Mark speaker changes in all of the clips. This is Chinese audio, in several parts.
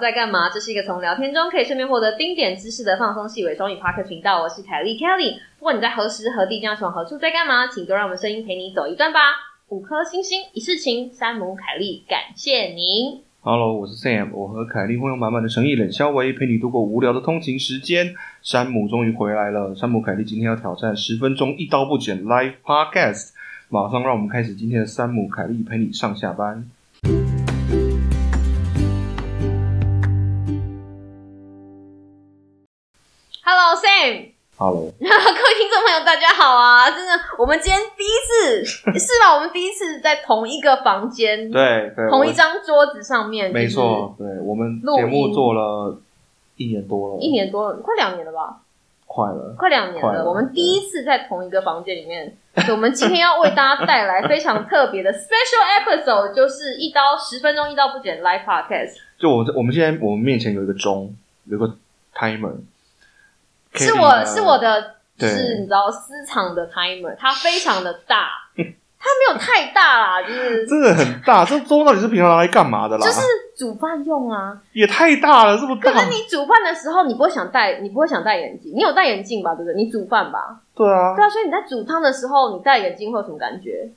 Speaker 1: 在干嘛？这是一个从聊天中可以顺便获得丁点知识的放松系伪双语 p a r k 频道。我是凯莉 Kelly。不管你在何时何地将从何处在干嘛，请就让我们声音陪你走一段吧。五颗星星一世情，山姆凯莉，感谢您。
Speaker 2: Hello，我是 Sam，我和凯莉会用满满的诚意冷笑话陪你度过无聊的通勤时间。山姆终于回来了，山姆凯莉今天要挑战十分钟一刀不剪 Live Podcast，马上让我们开始今天的山姆凯莉陪你上下班。
Speaker 1: Hello Sam，
Speaker 2: Hello，
Speaker 1: 各位听众朋友，大家好啊！真的，我们今天第 一次是吧？我们第一次在同一个房间、
Speaker 2: 对对，
Speaker 1: 同一
Speaker 2: 我
Speaker 1: 张桌子上面，
Speaker 2: 没，错，对我们
Speaker 1: 录
Speaker 2: 节目
Speaker 1: 音
Speaker 2: 做了一年多了，
Speaker 1: 一年多了，快两年了吧？
Speaker 2: 快了，
Speaker 1: 快两年
Speaker 2: 快
Speaker 1: 了，
Speaker 2: 了
Speaker 1: 我们第一次在同一个房间里面， 所以我们今天要为大家带来非常特别的 special episode，就是一刀十分钟一刀不剪 live podcast，
Speaker 2: 就我这我们现在我们面前有一个钟，有一个 timer，
Speaker 1: 是
Speaker 2: Kelly
Speaker 1: 我
Speaker 2: 呢
Speaker 1: 是我的，就
Speaker 2: 对
Speaker 1: 是你知道私藏的 timer，它非常的大，它没有太大啦， 就是
Speaker 2: 这个啊很大，这钟到底是平常拿来干嘛的啦？
Speaker 1: 就是煮饭用啊。
Speaker 2: 也太大了，这么
Speaker 1: 可
Speaker 2: 大，
Speaker 1: 是你煮饭的时候，你不会想戴，你不会想戴眼镜，你有戴眼镜吧？对不对？你煮饭吧，
Speaker 2: 对啊
Speaker 1: 对，啊，所以你在煮汤的时候，你戴眼镜会有什么感觉？
Speaker 2: 嗯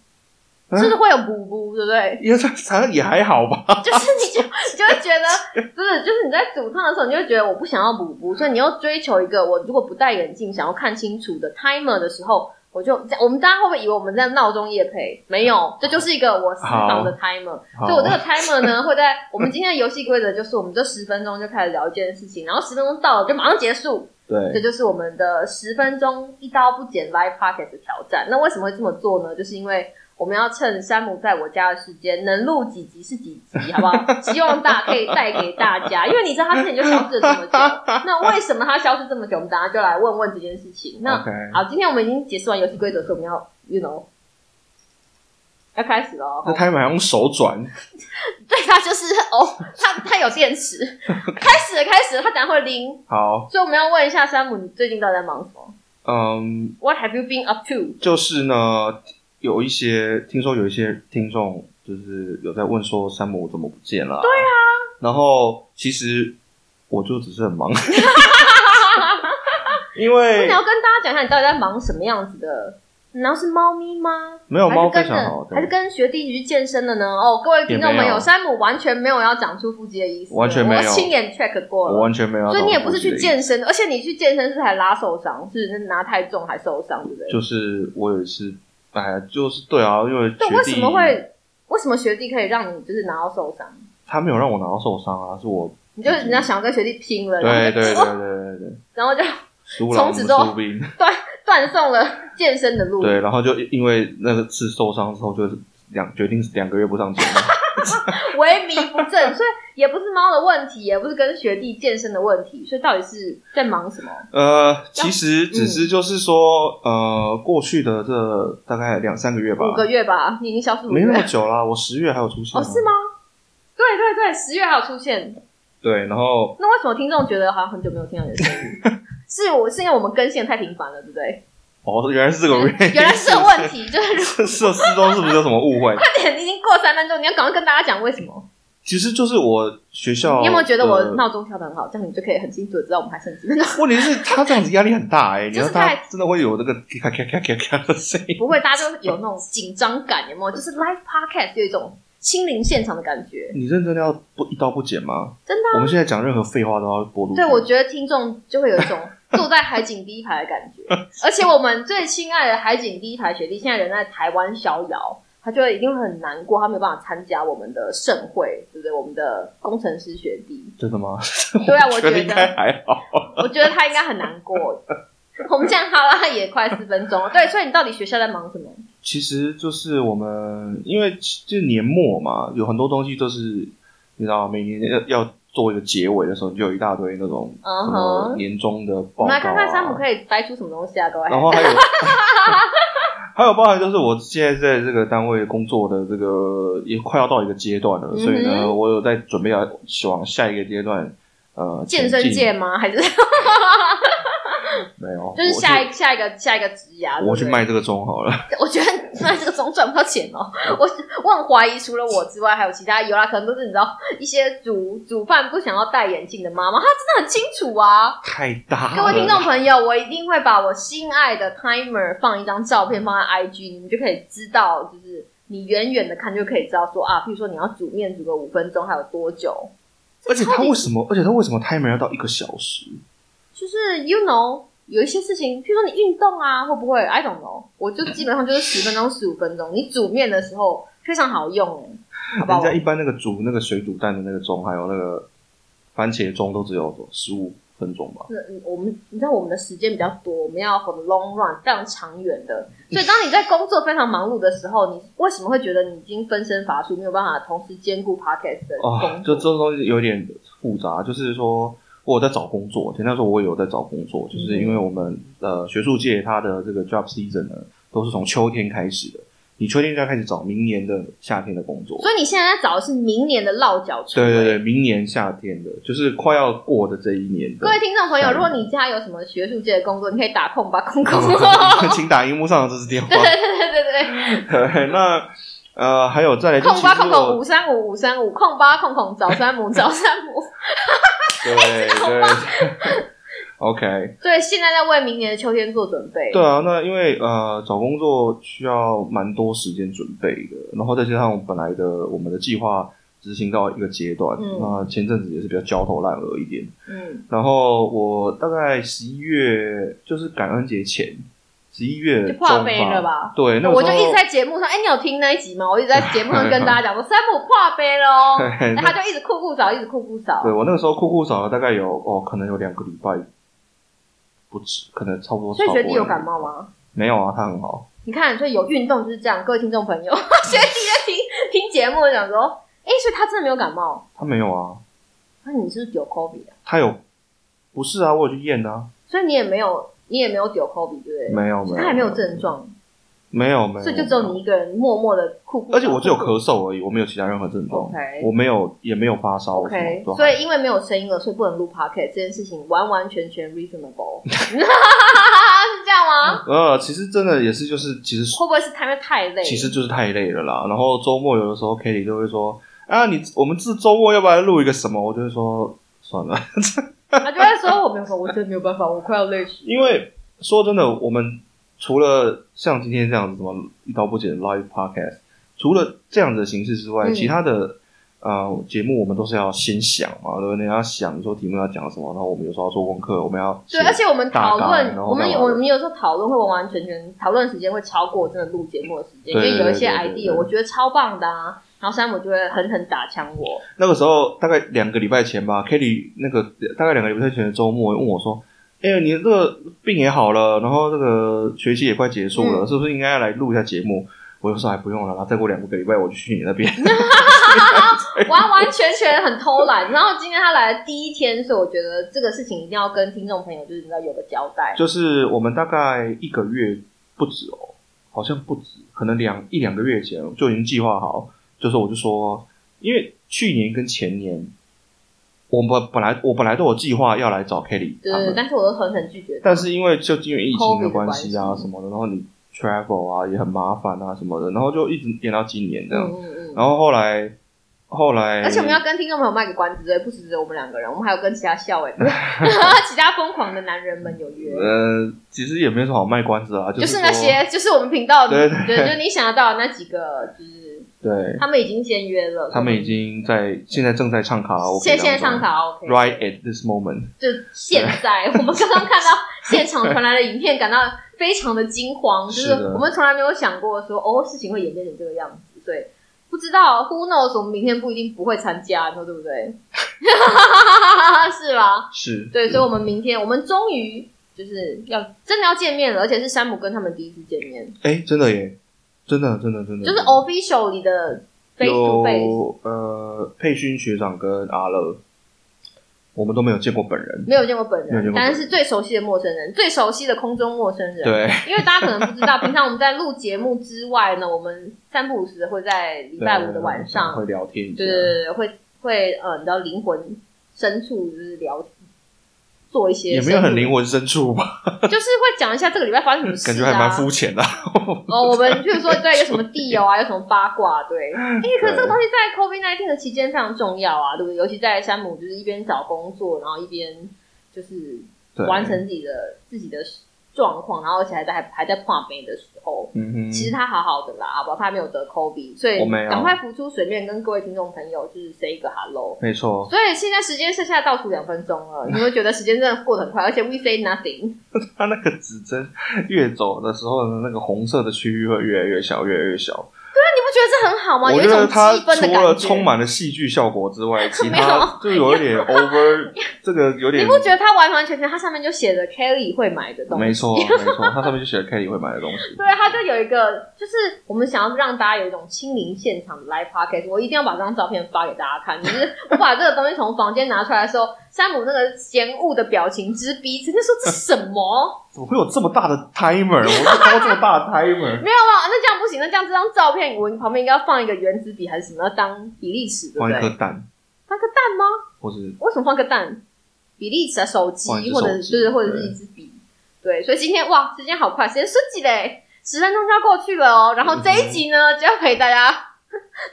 Speaker 1: 就是会有补补，对不对？
Speaker 2: 也算好像也还好吧。
Speaker 1: 就是你就你就会觉得， 不是，就是你在煮汤的时候，你就会觉得我不想要补补，所以你又追求一个我如果不戴眼镜想要看清楚的 timer 的时候，我就我们大家会不会以为我们在闹钟夜配？没有，这就是一个我私藏的 timer。
Speaker 2: 好
Speaker 1: 所以我这个 timer 呢，会在我们今天的游戏规则就是，我们这十分钟就开始聊一件事情，然后十分钟到了就马上结束，这
Speaker 2: 对，
Speaker 1: 就是我们的十分钟一刀不剪 live podcast 的挑战。那为什么会这么做呢？就是因为我们要趁山姆在我家的时间，能录几集是几集，好不好？希望大家可以带给大家，因为你知道他之前就消失了这么久，那为什么他消失这么久？我们大家就来问问这件事情。那
Speaker 2: OK
Speaker 1: 好，今天我们已经解释完游戏规则，所以我们要，you know，要开始了哦。
Speaker 2: 那 timer 还用手转，
Speaker 1: 对，他就是哦，他他有电池，开始了，开始了，他等下会拎。
Speaker 2: 好，
Speaker 1: 所以我们要问一下山姆，你最近到底在忙什么？
Speaker 2: 嗯，
Speaker 1: What have you been up to？
Speaker 2: 就是呢，有一些听说有一些听众就是有在问说山姆怎么不见了、对啊，然后其实我就只是很忙， 因
Speaker 1: 那
Speaker 2: 为
Speaker 1: 你要跟大家讲一下，你到底在忙什么样子的？然后是猫咪吗？
Speaker 2: 没有
Speaker 1: 还是
Speaker 2: 猫
Speaker 1: 跟
Speaker 2: 非常好，
Speaker 1: 着还是
Speaker 2: 对，
Speaker 1: 跟学弟一起去健身的呢？哦，各位听众朋
Speaker 2: 也没
Speaker 1: 友，
Speaker 2: 有
Speaker 1: 山姆完全没有要长出腹肌的意思，
Speaker 2: 完全没有
Speaker 1: 我亲眼 check 过
Speaker 2: 我
Speaker 1: 了。
Speaker 2: 完全没有要
Speaker 1: 所
Speaker 2: 找
Speaker 1: 以
Speaker 2: 我自己的意思。
Speaker 1: 你也不是去健身，而且你去健身是还拉受伤，是拿太重还受伤，对不对？
Speaker 2: 就是我有一次，哎呀，就是对啊，因为
Speaker 1: 对，
Speaker 2: 学
Speaker 1: 为
Speaker 2: 弟
Speaker 1: 什么会为什么学弟可以让你就是拿到受伤？
Speaker 2: 他没有让我拿到受伤啊，是我
Speaker 1: 你就是人家想要跟学弟拼了，
Speaker 2: 对
Speaker 1: 然后
Speaker 2: 对对
Speaker 1: 就哦
Speaker 2: 对 对对，
Speaker 1: 然后就
Speaker 2: 输了我
Speaker 1: 从
Speaker 2: 们
Speaker 1: 此之后
Speaker 2: 输 兵，
Speaker 1: 断送了健身的路。
Speaker 2: 对，然后就因为那个次受伤之后，就是两决定两个月不上节目，
Speaker 1: 萎靡不振，所以也不是猫的问题，也不是跟学弟健身的问题，所以到底是在忙什么？
Speaker 2: 呃，其实只
Speaker 1: 嗯
Speaker 2: 是就是说，呃，过去的这大概两三个月吧
Speaker 1: 五，个月吧，你已经消失五个
Speaker 2: 没
Speaker 1: 月
Speaker 2: 那么久啦，我十月还有出现
Speaker 1: 哦，
Speaker 2: 啊，
Speaker 1: 是吗？对对对，十月还有出现，
Speaker 2: 对，然后
Speaker 1: 那为什么听众觉得好像很久没有听到你的声音？ 是我是因为我们更新得太频繁了，对不对？
Speaker 2: 哦，原来是 这个原因，
Speaker 1: 原来是这个问题， 就是如
Speaker 2: 是是失踪是不是有什么误会？
Speaker 1: 快点，你已经过三分钟，你要赶快跟大家讲为什
Speaker 2: 哦
Speaker 1: 么？
Speaker 2: 其实就是我学校，
Speaker 1: 你有没有觉得
Speaker 2: 呃
Speaker 1: 我闹钟调的很好？这样你就可以很清楚的知道我们还剩几分钟。
Speaker 2: 问题是，他这样子压力很大哎、你
Speaker 1: 就是
Speaker 2: 要他
Speaker 1: 太
Speaker 2: 真的会有这个咔咔咔咔咔的声音。
Speaker 1: 不会，大家就有那种紧张感，有没有？就是 live podcast 有一种亲临现场的感觉。
Speaker 2: 你认真的要不一刀不剪吗？
Speaker 1: 真的啊
Speaker 2: 我们现在讲任何废话都要播出去。
Speaker 1: 对，我觉得听众就会有 一种坐在海景第一排的感觉，而且我们最亲爱的海景第一排学弟现在人在台湾逍遥，他就一定会很难过，他没有办法参加我们的盛会，对不对？我们的工程师学 弟，
Speaker 2: 真的吗？
Speaker 1: 对啊，我
Speaker 2: 觉
Speaker 1: 觉
Speaker 2: 得应该
Speaker 1: 得，
Speaker 2: 还好。
Speaker 1: 我觉得他应该很难 过。我们这样哈拉也快四分钟了，对，所以你到底学校在忙什么？
Speaker 2: 其实就是我们因为就年末嘛，有很多东西都是你知道，每年要要做一个结尾的时候，你就有一大堆那种
Speaker 1: 嗯
Speaker 2: 什么
Speaker 1: 哼，
Speaker 2: 年终的
Speaker 1: 我
Speaker 2: 报告、啊。
Speaker 1: 们来看看山姆可以掰出什么东西啊，各位。
Speaker 2: 然后 还有 还有包含就是我现在在这个单位工作的这个也快要到一个阶段了，
Speaker 1: 嗯哼
Speaker 2: 所以呢，我有在准备要往下一个阶段呃
Speaker 1: 健身
Speaker 2: 前进
Speaker 1: 界吗？还是
Speaker 2: 没有好，
Speaker 1: 就是下一下一个下一个职涯，
Speaker 2: 我去我去
Speaker 1: 对不对
Speaker 2: 卖这个钟好了。
Speaker 1: 我觉得卖这个钟赚不到钱哦，我我很怀疑，除了我之外，还有其他有啦，可能都是你知道一些煮煮饭不想要戴眼镜的妈妈，她真的很清楚啊。
Speaker 2: 太大了。
Speaker 1: 各位听众朋友，我一定会把我心爱的 timer 放一张照片放在 IG，你们就可以知道，就是你远远的看就可以知道说啊，譬如说你要煮面煮个五分钟还有多久，
Speaker 2: 而且
Speaker 1: 超
Speaker 2: 他
Speaker 1: 级
Speaker 2: 为什么？而且他为什么 timer 要到一个小时？
Speaker 1: 就是 you know 有一些事情，譬如说你运动啊，会不会 I don't know，我就基本上就是十分钟十五分钟，你煮面的时候非常好用哎，好不好
Speaker 2: 人？家一般那个煮那个水煮蛋的那个钟，还有那个番茄钟，都只有十五分钟吧。
Speaker 1: 是嗯我们，你知道我们的时间比较多，我们要 for the long run，非常长远的。所以，当你在工作非常忙碌的时候，你为什么会觉得你已经分身乏术，没有办法同时兼顾 podcast 的工作？
Speaker 2: 啊，就这东西有点复杂，就是说我有在找工作，简单说，我也有在找工作，
Speaker 1: 嗯
Speaker 2: 就是因为我们呃学术界它的这个 job season 呢，都是从秋天开始的，你秋天就要开始找明年的夏天的工作。
Speaker 1: 所以你现在在找的是明年的落脚处。
Speaker 2: 对对对，明年夏天的，就是快要过的这一年的
Speaker 1: 各。位听众朋
Speaker 2: 下
Speaker 1: 友，
Speaker 2: 一个
Speaker 1: 如果你家有什么学术界的工作，你可以打空吧，空 空。
Speaker 2: 请打荧幕上的这支电话。
Speaker 1: 对对对对对，
Speaker 2: 对，那呃，还有再来就
Speaker 1: 空
Speaker 2: 其
Speaker 1: 吧
Speaker 2: 实
Speaker 1: 空空
Speaker 2: 我
Speaker 1: 五三五五三五空吧空空早三 五早三五。
Speaker 2: 对对 ，OK，
Speaker 1: 对，现在在为明年的秋天做准备。
Speaker 2: 对啊，那因为呃找工作需要蛮多时间准备的，然后再加上我们本来的我们的计划执行到一个阶段，
Speaker 1: 嗯
Speaker 2: 那前阵子也是比较焦头烂额一点，
Speaker 1: 嗯，
Speaker 2: 然后我大概十一月就是感恩节前，十一月
Speaker 1: 就
Speaker 2: 中
Speaker 1: 跨杯了吧
Speaker 2: 对，那个
Speaker 1: 我就
Speaker 2: 时候
Speaker 1: 一直在节目上，哎、你有听那一集吗？我一直在节目上跟大家讲说，三浦跨杯 喽。
Speaker 2: 对
Speaker 1: 那
Speaker 2: 那
Speaker 1: 哎他就一直酷酷找，一直酷酷找
Speaker 2: 对。我那个时候酷酷少了大概有哦，可能有两个礼拜不止，可能差不多。
Speaker 1: 所以学弟有感
Speaker 2: 感冒？
Speaker 1: 冒吗？
Speaker 2: 没有啊，他很好。
Speaker 1: 你看，所以有运动就是这样。各位听众朋友， 学弟在听听节目，想说，哎、所以他真的没有感冒。
Speaker 2: 他没有啊，
Speaker 1: 那你是不是有 COVID 啊？
Speaker 2: 他有不是啊？我有去验啊，
Speaker 1: 所以你也没有，你也没有丢 COVID，对不对？
Speaker 2: 没有没有，
Speaker 1: 他还没有症状，
Speaker 2: 没有没有，
Speaker 1: 所以就只有你一个人默默的酷酷找。
Speaker 2: 而且我只有
Speaker 1: 酷酷
Speaker 2: 咳嗽而已，我没有其他任何症状
Speaker 1: OK
Speaker 2: 我没有也没有发烧
Speaker 1: OK，
Speaker 2: 我什么都还啊
Speaker 1: 所以因为没有声音了，所以不能录 Pocket 这件事情完完全全 reasonable，是 这样吗？
Speaker 2: 呃，其实真的也是就是其实
Speaker 1: 会不会是他们太累了？
Speaker 2: 其实就是太累了啦。然后周末有的时候 Kitty 就会说啊，你我们这周末要不要录一个什么？我就会说算了，
Speaker 1: 他就会啊说我没有办法，我真的没有办法，我快要累死。
Speaker 2: 因为说真的，我们除了像今天这样子什么一刀不剪的 live podcast，除了这样子的形式之外，
Speaker 1: 嗯
Speaker 2: 其他的呃节目我们都是要先想嘛，对不对？你要想说题目要讲什么，然后我们有时候要做功课，我们要
Speaker 1: 对，而且我们讨
Speaker 2: 大纲
Speaker 1: 论，
Speaker 2: 然后
Speaker 1: 我们
Speaker 2: 干嘛的
Speaker 1: 我们有时候讨论会完完全全讨论时间会超过真的录节目的时间，因
Speaker 2: 对
Speaker 1: 为有一些
Speaker 2: 对对对
Speaker 1: idea
Speaker 2: 对
Speaker 1: 我觉得超棒的啊，然后山姆就会狠狠打枪我，
Speaker 2: 那个时候大概两个礼拜前吧 k i t t y 那个大概两个礼拜前的周末问我说：“哎、你这个病也好了，然后这个学期也快结束
Speaker 1: 嗯
Speaker 2: 了，是不是应该要来录一下节目？”我就说：“哎，不用了啦，再过两个礼拜我就去你那边。
Speaker 1: 完完全全很偷懒。然后今天他来的第一天，所以我觉得这个事情一定要跟听众朋友就是你知道有个交代”。
Speaker 2: 就是我们大概一个月不止哦，好像不止，可能两一两个月前就已经计划好，就是我就说，因为去年跟前年，我们本来我本来都有计划要来找 k i t t y
Speaker 1: 对
Speaker 2: 他
Speaker 1: 对，
Speaker 2: 们
Speaker 1: 对，但是我都狠狠拒绝他。
Speaker 2: 啊但是因为就因为疫情
Speaker 1: COVID
Speaker 2: 的
Speaker 1: 的
Speaker 2: 关系啊
Speaker 1: 关系
Speaker 2: 什么的，然后你 travel 啊也很麻烦啊什么的，然后就一直延到今年这样。
Speaker 1: 嗯嗯嗯。
Speaker 2: 然后后来后来，
Speaker 1: 而且我们要跟听众朋友卖个关子，对，不只是我们两个人，我们还有跟其他校 委、其他疯狂的男人们有约。
Speaker 2: 呃，其实也没什么好卖关子啊，
Speaker 1: 就是是
Speaker 2: 说
Speaker 1: 那些，就是我们频道
Speaker 2: 对
Speaker 1: 对
Speaker 2: 对
Speaker 1: 就你想得到的那几个，就是
Speaker 2: 对，
Speaker 1: 他们已经签约了，
Speaker 2: 他们已经在现在正在唱卡拉 OK，
Speaker 1: 现现在唱
Speaker 2: 当
Speaker 1: 卡拉 OK，
Speaker 2: 中，right at this moment，
Speaker 1: 就现在，我们刚刚看到现场传来的影片，感到非常的惊慌，就是是
Speaker 2: 的
Speaker 1: 我们从来没有想过说哦，事情会演变成这个样子，对。不知道，Who knows？我们明天不一定不会参加，你说对不对？ 是吧？
Speaker 2: 是
Speaker 1: 对，所以，我们明天，我们终于就是要真的要见面了，而且是山姆跟他们第一次见面，
Speaker 2: 哎，真的耶，真的真的真的，
Speaker 1: 就是 official 里的 face to face，
Speaker 2: 有呃佩勋学长跟阿乐，我们都没有见过本人，
Speaker 1: 没有见过本
Speaker 2: 没有见
Speaker 1: 人，
Speaker 2: 过本人
Speaker 1: 但是是最熟悉的陌生人，最熟悉的空中陌生人。，
Speaker 2: 对。
Speaker 1: 因为大家可能不知道，平常我们在录节目之外呢，我们三不五时会在礼拜五的晚上，
Speaker 2: 会聊天一下，
Speaker 1: 对对对，对会会呃，你知道灵魂深处就是聊做一些
Speaker 2: 也没有很灵
Speaker 1: 活，
Speaker 2: 魂深处吧，
Speaker 1: 就是会讲一下这个礼拜发生什么事、啊，
Speaker 2: 感 觉还蛮肤浅的。
Speaker 1: 哦，我们譬如说对有什么地友啊，有什么八卦， 对，哎、可是这个东西在 COVID nineteen 的期间非常重要啊，对不对？尤其在山姆就是一边找工作，然后一边就是
Speaker 2: 对
Speaker 1: 完成自己的自己的状况，然后而且还在还还在跨杯的时候，
Speaker 2: 嗯哼，
Speaker 1: 其实他好好的啦，好不好？他没有得 COVID，所以
Speaker 2: 我没有
Speaker 1: 赶快浮出水面，跟各位听众朋友就是 say 一个 hello。
Speaker 2: 没错，
Speaker 1: 所以现在时间剩下倒数两分钟了，你会觉得时间真的过得很快，而且 we say nothing。
Speaker 2: 它那个指针越走的时候，那个红色的区域会越来越小，越来越小。
Speaker 1: 你不觉得这很好吗？
Speaker 2: 我
Speaker 1: 有
Speaker 2: 觉
Speaker 1: 一
Speaker 2: 得
Speaker 1: 种积
Speaker 2: 它
Speaker 1: 分的
Speaker 2: 除了
Speaker 1: 感觉。
Speaker 2: 充满了戏剧效果之外，其
Speaker 1: 没有
Speaker 2: 他就有 一点 over，这个有点
Speaker 1: 你不觉得它完完全全，它上面就写着 Kelly 会买的东西？
Speaker 2: 没错没错，它上面就写了 Kelly 会买的东西。
Speaker 1: 对，它就有一个，就是我们想要让大家有一种亲临现场的 live podcast。我一定要把这张照片发给大家看。就是我把这个东西从房间拿出来的时候，山姆那个嫌恶的表情之逼，真的说这是什么？
Speaker 2: 怎么会有这么大的 timer？我 没有看过这么大的 timer。
Speaker 1: 没有啊，那这样不行，那这样这张照片我旁边应该要放一个原子笔还是什么，要当比例尺，对不
Speaker 2: 放一
Speaker 1: 对
Speaker 2: 颗？蛋，
Speaker 1: 放个蛋吗？
Speaker 2: 或是
Speaker 1: 为什么放个蛋？比例尺啊，手机
Speaker 2: 放一只
Speaker 1: 或者
Speaker 2: 手机
Speaker 1: 就是或者是
Speaker 2: 对
Speaker 1: 一支笔，对，所以今天哇，时间好快，时间十几嘞，十分钟就要过去了哦。
Speaker 2: 嗯
Speaker 1: 然后这一集呢，就要陪大家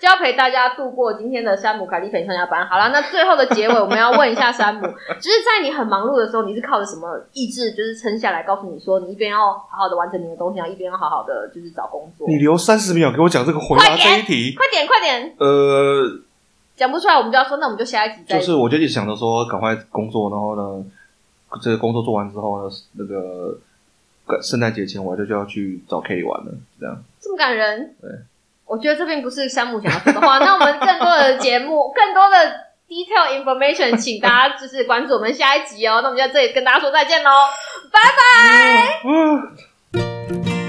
Speaker 1: 就要陪大家度过今天的山姆凯利陪你上下班。好了，那最后的结尾，我们要问一下山姆， 就是在你很忙碌的时候，你是靠着什么意志就是撑下来，告诉你说你一边要好好的完成你的东西，然后一边要好好的就是找工作。
Speaker 2: 你留三十秒给我讲这个回答
Speaker 1: 快点
Speaker 2: 这一题。
Speaker 1: 快点，快点，
Speaker 2: 呃，
Speaker 1: 讲不出来我们就要说，那我们就下一集再
Speaker 2: 就是我就一直想着说，赶快工作，然后呢，这个工作做完之后呢，那个呃圣诞节前我就就要去找 Kelly 玩了，这样。
Speaker 1: 这么感人。
Speaker 2: 对，
Speaker 1: 我觉得这并不是山姆想要说的话。那我们更多的节目，更多的 detail information，请大家就是关注我们哎
Speaker 2: 啊
Speaker 1: 下一集哦。那我们就在这里跟大家说再见喽。
Speaker 2: 嗯。